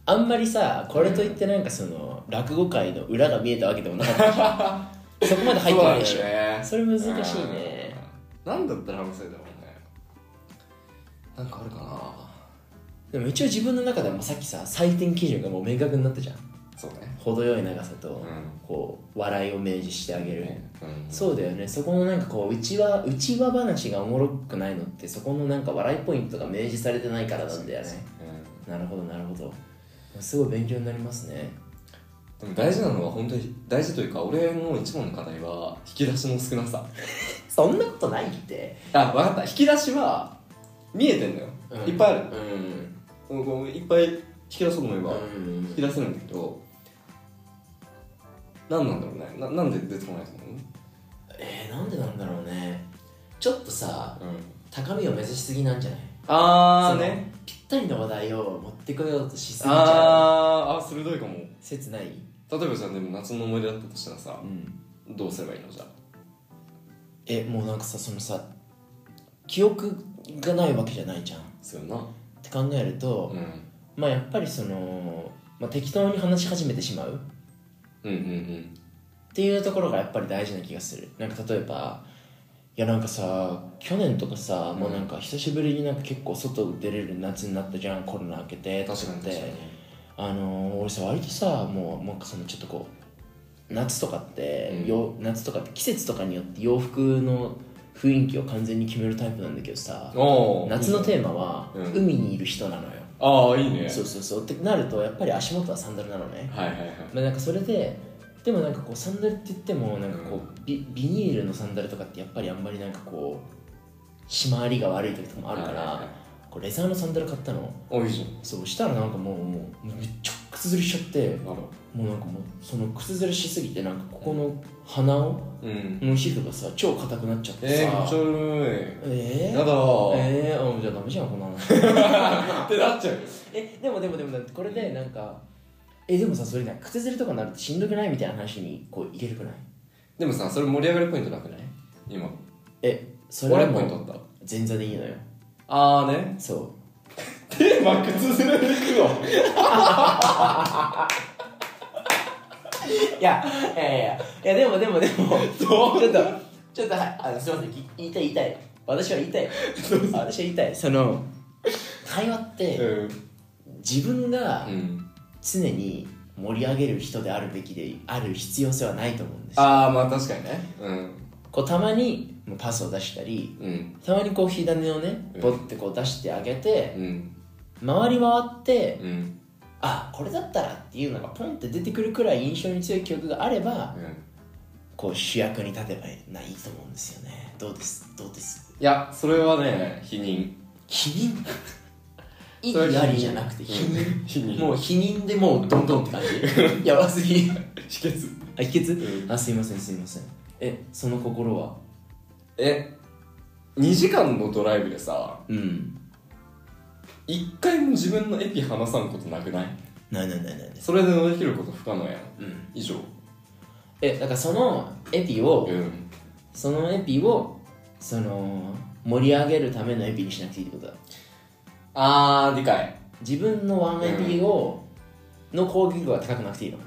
C: あんまりさこれといってなんかその落語界の裏が見えたわけでもなかったじゃ んそこまで入ってないでしょ
A: そうだよね
C: それ難しいね
A: うんなんだったら話せるだろうねなんかあるかな
C: でも一応自分の中でもさっきさ採点基準がもう明確になったじゃん
A: そうね
C: 程よい長さと、
A: ん
C: こう笑いを明示してあげる、
A: うん
C: そうだよねそこのなんかこううちわうちわ話がおもろくないのってそこのなんか笑いポイントが明示されてないからなんだよね
A: う
C: なるほどなるほどすごい勉強になりますね
A: んでも大事なのは本当に大事というか俺の一番の課題は引き出しの少なさ
C: そんなことないって
A: あ分かった引き出しは見えてんだよ、いっぱいある
C: うん
A: うんこういっぱい引き出そうと思えば、
C: うん
A: 引き出せるんだけど何なんだろうねななんで出てこないと思
C: えー、なんでなんだろうねちょっとさ
A: う、うん、
C: 高みを目指しすぎなんじゃない
A: あ
C: そ
A: ー
C: の
A: ね
C: ぴったりの話題を持ってこようとしすぎちゃう
A: あーあー鋭いかも
C: 切ない
A: 例えばじゃあでも夏の思い出だったとしたらさ
C: うん
A: どうすればいいのじゃあ
C: えもうなんかさそのさ記憶がないわけじゃないじゃんっ
A: そうやな
C: て考えると、
A: ん
C: まあやっぱりその、まあ、適当に話し始めてしまう
A: うんうん
C: っていうところがやっぱり大事な気がするなんか例えばいやなんかさ去年とかさ、もうなんか久しぶりになんか結構外出れる夏になったじゃんコロナ明けて
A: うん確かに確かに
C: あのー俺さ割とさもうなんかそのちょっとこう夏とかって、
A: うん
C: よ夏とかって季節とかによって洋服の雰囲気を完全に決めるタイプなんだけどさ
A: おー
C: 夏のテーマは、
A: うん
C: 海にいる人なのよ、
A: ああいいね
C: そうそうそうってなるとやっぱり足元はサンダルなのね、
A: はいはいはい
C: まあ、なんかそれででもなんかこうサンダルって言ってもなんかこう、ビビニールのサンダルとかってやっぱりあんまりなんかこう締まりが悪い時とかもあるから、
A: はいはいはい
C: こうレザーのサンダル買ったの
A: おいいじゃん
C: そうしたらなんかもうもうめっちゃ靴ずれしちゃって
A: あら
C: もうなんかもうその靴ずれしすぎてなんかここの鼻を
A: うん
C: の皮膚がさ超硬くなっちゃってさ
A: えー、気持ち悪
C: え
A: いや
C: ー、
A: だー、
C: えー、あじゃあダメじゃんこんな話
A: ってなっちゃう
C: えでもでもでもだってこれでなんかえでもさそれね靴ずれとかになるとしんどくないみたいな話にこういけるくない
A: でもさそれ盛り上がるポイントなくない今
C: えそれ
A: 俺
C: は
A: ポ
C: も
A: イントあ
C: う
A: った
C: 前座でいいのよ
A: ああね
C: そ
A: テーマ靴ずれてくの
C: ういやいやいやいやでもでもでも
A: ど
C: ちょっとちょっとはいあのすいませんき言いたい言いたい私は言いたい私は言いたいその会話って
A: う
C: 自分が
A: ん
C: 常に盛り上げる人であるべきである必要性はないと思うんですよ
A: ああまあ確かにねうん
C: こうたまにもうパスを出したり
A: うん
C: たまにこう火種をね
A: うん
C: ポッてこう出してあげて
A: うん
C: 回り回って
A: うんうん
C: あこれだったらっていうのがポンって出てくるくらい印象に強い記憶があればこう主役に立てばいいないいと思うんですよねどうですどうです
A: いやそれはね否認
C: 否 認意
A: それは
C: 義ありじゃなくて否認
A: うん否認
C: もう否認でもうどんどんって感 じやばすぎ
A: 秘訣
C: あ秘訣
A: うん
C: あすいませんすいませんえその心は
A: え2時間のドライブでさ
C: うん
A: 一回も自分のエピ話さんことなくない
C: ないないないないない
A: それで乗り切ること不可能やん
C: うん
A: 以上
C: えだからそのエピを、
A: うん
C: そのエピをその盛り上げるためのエピにしなくていいってことだ
A: ああ理解
C: 自分のワンエピを、の攻撃力は高くなくていいの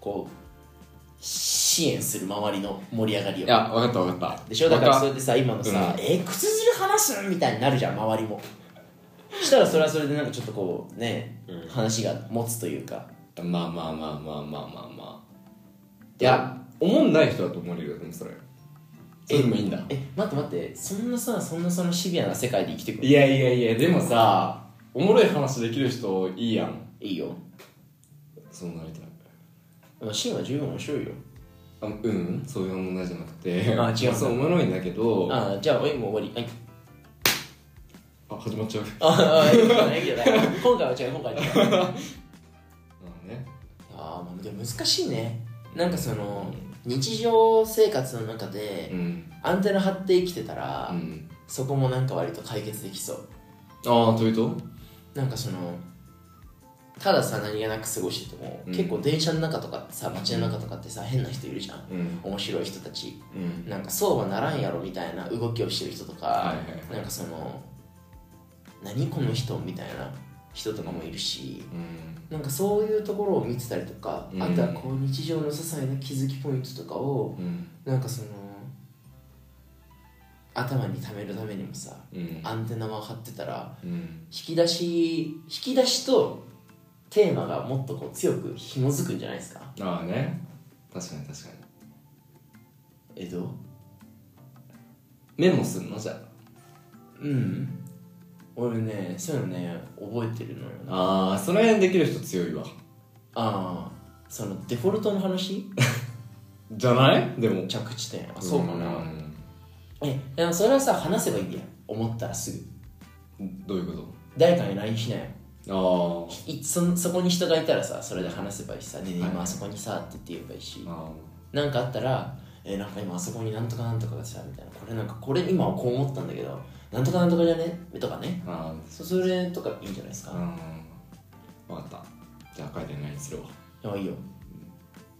C: こう支援する周りの盛り上がり
A: い
C: を
A: や分かった分かった
C: でしょだから
A: わ
C: それでさ今のさ
A: う
C: 「え靴ずれ話すん?」みたいになるじゃん周りもしたらそれはそれでなんかちょっとこうね、
A: うん
C: 話が持つというか
A: まあまあまあまあまあまあまあいや思んない人だと思われるよでもそれそれでもいいんだ
C: え待って待ってそんなさそんなそのシビアな世界で生きてくる
A: いやいやいやでもさおもろい話できる人いいやん
C: いいよ
A: そうなりたい
C: まあシーンは十分面白いよ
A: あうんそういう問題じゃなくて
C: あ違うんだ
A: そうおもろいんだけどあ
C: ああじゃあおいもう終わりはい
A: 始まっちゃう
C: ああいいけどないいけどない今回は違う今回は違う
A: あね
C: ああでも難しいねなんかその日常生活の中で
A: うん
C: アンテナ張って生きてたら、
A: うん
C: そこもなんか割と解決できそう
A: ああというと
C: なんかそのたださ何気なく過ごしてても、
A: うん
C: 結構電車の中とかってさ街の中とかってさ変な人いるじゃん
A: うん
C: 面白い人たち
A: うん
C: なんかそうはならんやろみたいな動きをしてる人とか、
A: はいはいはい
C: なんかその何この人みたいな人とかもいるし、
A: うん
C: なんかそういうところを見てたりとか、
A: うん
C: あとはこう日常の些細な気づきポイントとかを
A: うん
C: なんかその頭に溜めるためにもさ
A: うん
C: アンテナを張ってたら
A: うん
C: 引き出し引き出しとテーマがもっとこう強く紐づくんじゃないですか
A: ああね確かに確かに
C: えどう
A: メモすんのじゃあ
C: うん俺ねそういうのね覚えてるのよな
A: ああその辺できる人強いわ
C: ああそのデフォルトの話
A: じゃないでも
C: 着地点あそうかな、
A: ん
C: えでもそれはさ話せばいいんだよ思ったらすぐ
A: どういうこ
C: 誰かに LINE しなよ
A: と
C: いそそこに人がいたらさそれで話せばいいしさ、ねえ
A: はい
C: 今あそこにさって言って言えばいいし、
A: ああ
C: なんかあったら、えーなんか今あそこになんとかなんとかがさ、みたいな。これなんか、これ今はこう思ったんだけど、なんとかなんとかじゃねとかね。
A: あ
C: そそれとかいいんじゃないです
A: あ
C: か。
A: うんわかったじゃあ書いてないにするわ
C: いや、いいよ。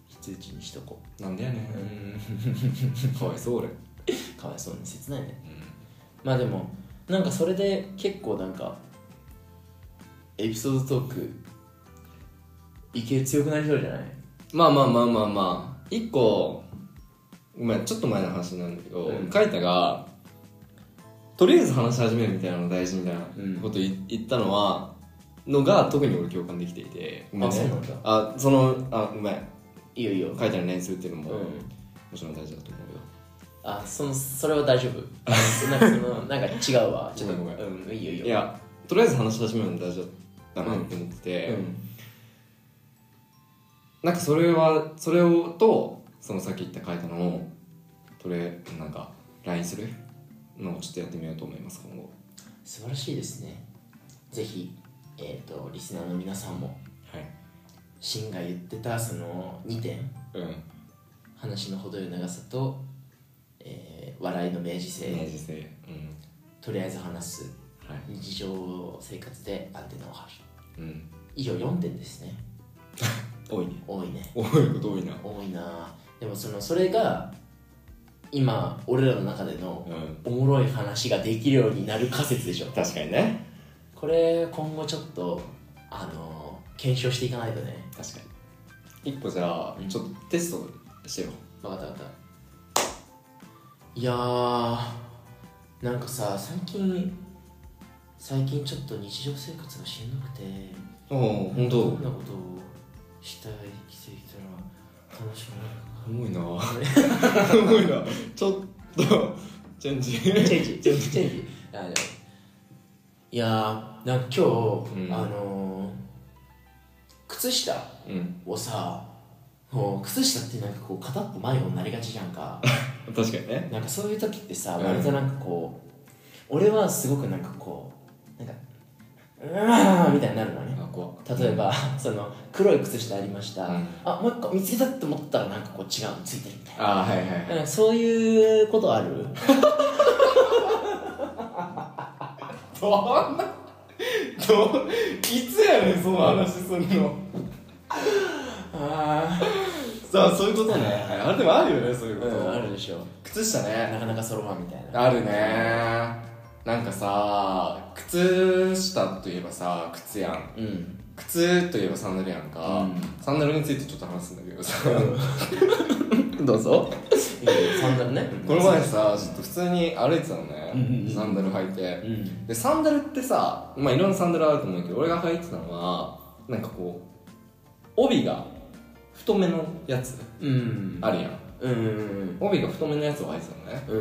C: 非通知にしとこ
A: なんでやね
C: う。
A: ん
C: ん。
A: かわいそう俺
C: かわいそうね。切ないね。まあでも、なんかそれで結構なんか、エピソードトーク、いけ強くなりそうじゃない
A: まあまあまあまあまあ一個ごめんちょっと前の話なんだけど、
C: うん
A: 書いたがとりあえず話し始めるみたいなの大事みたいな
C: うん
A: ことい言ったのはのが特に俺共感できていてごめん
C: あ、そうなんだ。
A: あそのあごめん
C: いいよいいよ。
A: 書いたら練習っていうの
C: う
A: も、も
C: ん。
A: ちろん大事だと思うよ
C: あ、その、それは大丈夫。あそなんかその、なんか違うわ。ちょっと、
A: ごめんご
C: うん、いいよいいよ。
A: いやとりあえず話し始めるの大事だなって思ってて、
C: うん
A: なんかそれはそれをとそのさっき言った書いたのをとりあえずなんか LINE するのをちょっとやってみようと思います今後
C: 素晴らしいですねぜひ、えー、とリスナーの皆さんも
A: はい
C: シンが言ってたその2点
A: うん
C: 話の程よい長さと、えー笑いの明示性、
A: 明治性うん
C: とりあえず話す
A: はい
C: 日常生活でアンテナを張る
A: うん
C: 以上4点ですね
A: 多いね
C: 多いね
A: 多いこと多いな
C: 多いなでもそのそれが今俺らの中での
A: うん
C: おもろい話ができるようになる仮説でしょ
A: 確かにね
C: これ今後ちょっとあの検証していかないとね
A: 確かに一個じゃあ
C: うん
A: ちょっとテストしてよ
C: わかったわかったいやーなんかさ最近最近ちょっと日常生活がしんどくて
A: おお本
C: ど
A: 当
C: んなことをしたい生きていたら楽しくな
A: 重いな重いなちょっとチェンジ
C: るチェンジチェンジチェンジあでもいやーなんか今日、
A: うん
C: あのー、靴下
A: うん
C: をさもう靴下ってなんかこう片っぽ迷子になりがちじゃんか
A: 確かにね
C: なんかそういう時ってさ
A: うん
C: 割となんかこう、俺はすごくなんかこうなんかうわーみたいになるのね
A: あ怖っ
C: 例えば、その黒い靴下ありました、
A: うん
C: あもう一個見つけたって思ったらなんかこう違うのついてるみたい
A: あーはいはいはい
C: ななんかそういうことある
A: どんなどんいつやねんその話すんの
C: あ
A: さあそういうことね、はい、あれでもあるよねそういう
C: ー
A: こと、
C: うんあるでしょ
A: 靴下
C: な
A: ね
C: かなかそろばんみたいな
A: あるねなんかさ靴下といえばさ靴やん
C: うん
A: 靴といえばサンダルやんか、
C: うん
A: サンダルについてちょっと話すんだけどさどうぞ
C: いいよサンダルね
A: この前さちょっと普通に歩いてたの
C: うんうんう
A: ね
C: ん
A: サンダル履いて、
C: うん
A: でサンダルってさまあいろんなサンダルあると思うけど俺が履いてたのはなんかこう帯が太めのやつ
C: うん
A: あるやん
C: うんうん
A: 帯が太めのやつを履いてたのね
C: うんう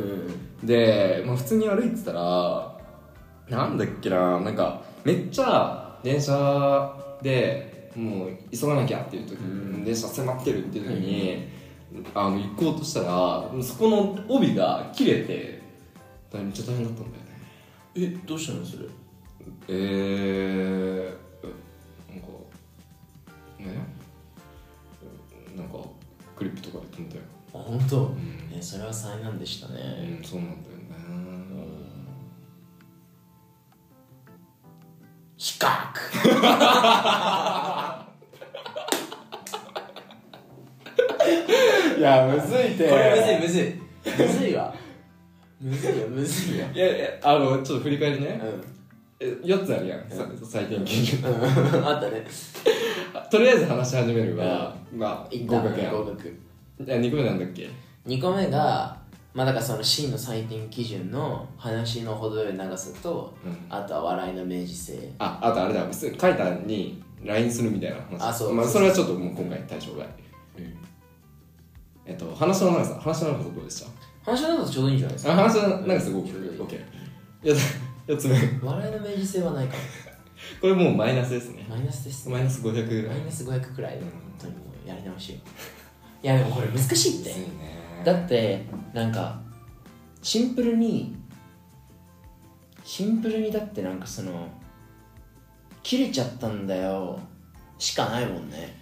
C: ん
A: で、まあ、普通に歩いてたらなんだっけななんかめっちゃ電車でもう急がなきゃっていう時、
C: うん
A: 電車迫ってるっていう時に、あの行こうとしたらそこの帯が切れてめっちゃ大変だったんだよね
C: えどうしたのそれ
A: えー、なんかねなんかクリップとかで止めたよ
C: あ本当
A: う。
C: ねそれは災難でしたね、
A: ん、そうなんだよね
C: 比較
A: いやむずいて
C: これむずいむずいむずいわむずいよむずいよ
A: いやいやあのちょっと振り返り
C: う
A: ね
C: ん
A: え4つあるやん、さ採点基準
C: あったね
A: とりあえず話し始めるは、まあ
C: いっ
A: 合
C: た
A: 格やん
C: 合格
A: いや2個目なんだっけ
C: 2個目がまあだからその C の採点基準の話の程よい長さと
A: うん
C: あとは笑いの明示性
A: ああとあれだ普通書いたに LINE するみたいな話
C: あそう
A: まあ、それはちょっともう今回対象外、えっと話の長さ話の長さどうでし
C: 話の中でちょうどいいんじゃないです
A: たあ
C: か
A: 話の長さごく OK4 つ目
C: 笑いの明示性はないか
A: これもうマイナスですね
C: もマイナスです
A: マイナス500ぐら
C: マ
A: い
C: イナス500くらいで本当にもうやり直しよういやでもこれ難しいって
A: ね
C: だってなんかシンプルにシンプルにだってなんかその切れちゃったんだよしかないもんね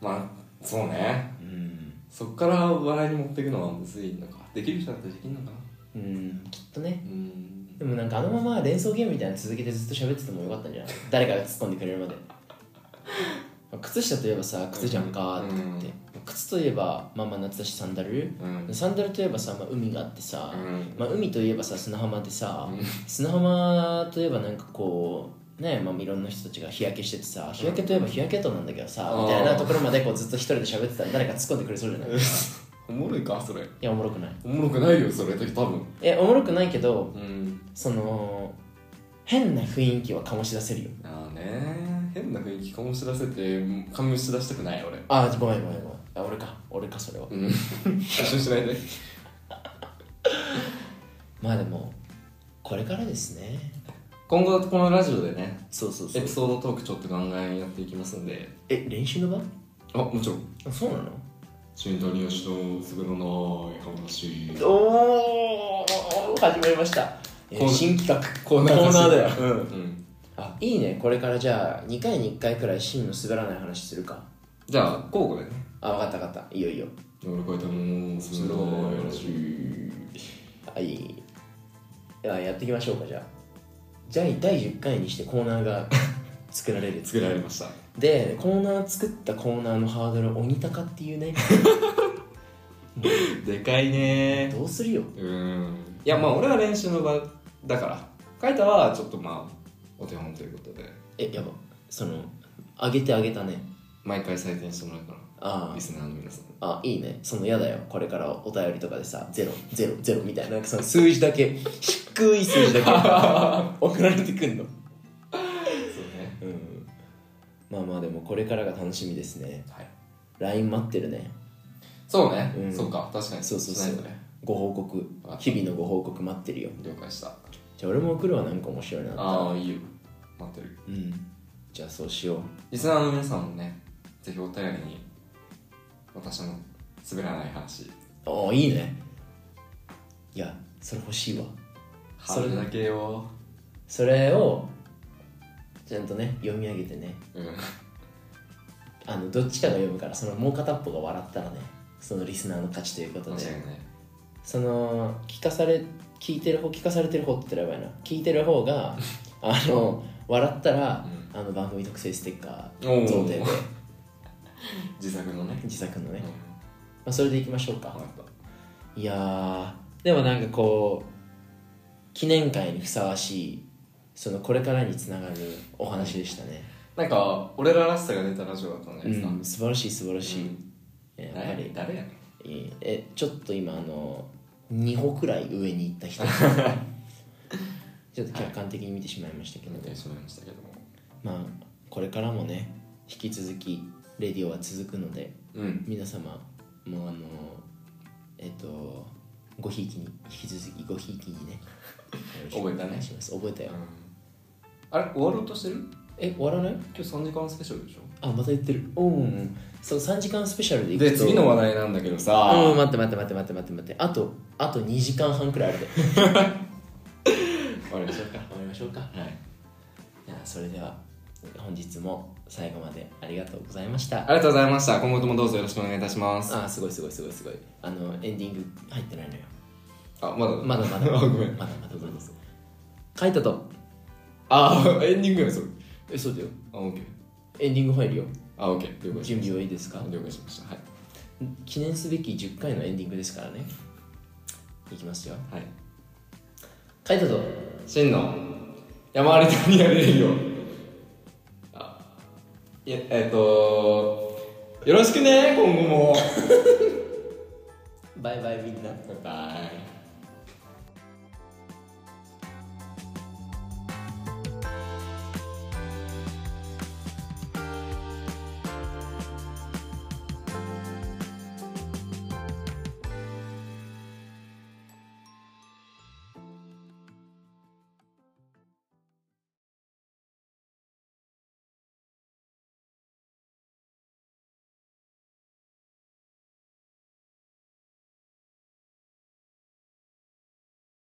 A: まあそうね
C: うん、
A: そっから笑いに持っていくのはむずいのかできる人だったらできるのかな
C: うん、きっとね
A: うん
C: でもなんかあのまま連想ゲームみたいな続けてずっと喋っててもよかったんじゃない誰かが突っ込んでくれるまで靴下といえばさ靴じゃんかって言って、靴といえばまあまあ夏だしサンダル
A: うん
C: サンダルといえばさ、まあ、海があってさ、
A: うん
C: まあ、海といえばさ砂浜でさ、
A: うん
C: 砂浜といえばなんかこうねまあいろんな人たちが日焼けしててさ日焼けといえば日焼けとなんだけどさ、
A: うん
C: みたいなところまでこうずっと一人で喋ってたら誰か突っ込んでくれそうじゃないい
A: おもろいかそれ
C: やおもろくない
A: おもろくないよそれ多分
C: えおもろくないけど
A: うん
C: その変な雰囲気は醸し出せるよ
A: ああね変な雰囲気醸し出せて醸し出したくない俺
C: あごめんごめんごめんあ俺か俺かそれは
A: うん一緒にしないで
C: まあでもこれからですね
A: 今後このラジオでね
C: そうそう
A: エピソードトークちょっとガンガンやっていきますんで
C: え練習の場
A: あもちろん
C: あそうなの
A: 新谷吉のすぐのない話
C: おお始まりました、えー
A: コーナー
C: 新企画
A: コーナー
C: コーナーだよ
A: ようん、うん、
C: あいいねこれからじゃあ2回に1回くらい真の滑らない話するか
A: じゃあ交互でね
C: あ分かった分かったいいよいいよ
A: 俺書いたもんすぐのない話
C: はいいややっていきましょうかじゃあじゃあ第10回にしてコーナ ーが作られる
A: 作られました
C: でコーナー作ったコーナーのハードル鬼高っていうね
A: でかいね
C: どうするよ
A: うんいやまあ俺は練習の場だから書いたはちょっとまあお手本ということで
C: えやばその上げて上げたね
A: 毎回採点してもらうから
C: あ
A: リ
C: ー
A: スナーの皆さん
C: あいいねその嫌だよこれからお便りとかでさゼロゼロゼロみたいななんかその 数字だけ低い数字 だけ送られてくんの
A: そうね
C: うんまあまあでもこれからが楽しみですね
A: はい
C: LINE 待ってるね
A: そうね、
C: うん
A: そうか確かに
C: そうそう
A: し
C: そ
A: な
C: う
A: いとね
C: ご報告
A: あ
C: 日々のご報告待ってるよ
A: 了解した
C: じゃあ俺も送るわなんか面白いな
A: ああいいよ待ってる
C: うんじゃあそうしよう
A: リスナーの皆さんもねぜひお便りに私の滑らない話
C: ああいいねいやそれ欲しいわ
A: それだけよ
C: それをちゃんとね読み上げてね
A: うん
C: あのどっちかが読むからそのもう片っぽが笑ったらねそのリスナーの勝ちということ
A: 間
C: で
A: 違いない
C: その聞かされ聞いてる方聞かされてる方って言ったらやばいな聞いてる 方があの笑ったら、あの番組特製ステッカ
A: お
C: ー
A: ー
C: 贈呈で
A: 自作のね
C: 自作のね、
A: うん
C: まあ、それでいきましょうか、
A: わかった
C: い、やーでもなんかこう記念会にふさわしいそのこれからにつながるお話でしたね、
A: なんか俺ららしさが出たラジオだったんじゃな
C: う
A: いですか、
C: ん、素晴らしい素晴らしい、えやっぱ
A: 誰
C: り
A: 誰やねん
C: ええちょっと今あの2歩くらい上に行っ た人ちょっと客観的に見てしまいましたけど、
A: 見てしまいましたけども
C: まあこれからもね引き続きレディオは続くので
A: うん
C: 皆様もうあのえっとごひいきに引き続きごひいきにねよろしく
A: 覚えたね
C: お願いします覚えたよ
A: あれ終わろうとしてる
C: え終わらない
A: 今日3時間スペシャルでしょ
C: あまた言ってるうんうんそう3時間スペシャルでいくと
A: で次の話題なんだけどさ、
C: うん待って待って待って待って待って待ってあとあと2時間半くらいあるで終
A: 終わりましょうか
C: わりましょうか
A: はい
C: じゃあそれでは本日も最後までありがとうございました
A: ありがとうございました今後ともどうぞよろしくお願いいたします
C: あすごいすごいすごいすごいあのエンディング入ってないのよ
A: あまだ
C: まだま だ
A: あごめん
C: まだまだまだ書いたと
A: あエンディングやそれ
C: えそうだよ
A: あオッケー
C: エンディング入るよ
A: あオッケー了解し
C: 準備はいいですか
A: ました了解しましたはい
C: 記念すべき10回のエンディングですからねいきますよ
A: はい
C: 書いたと
A: 真の山あり谷やれるよあいやえっ、とよろしくね今後も
C: バイバイみんな
A: バイバイ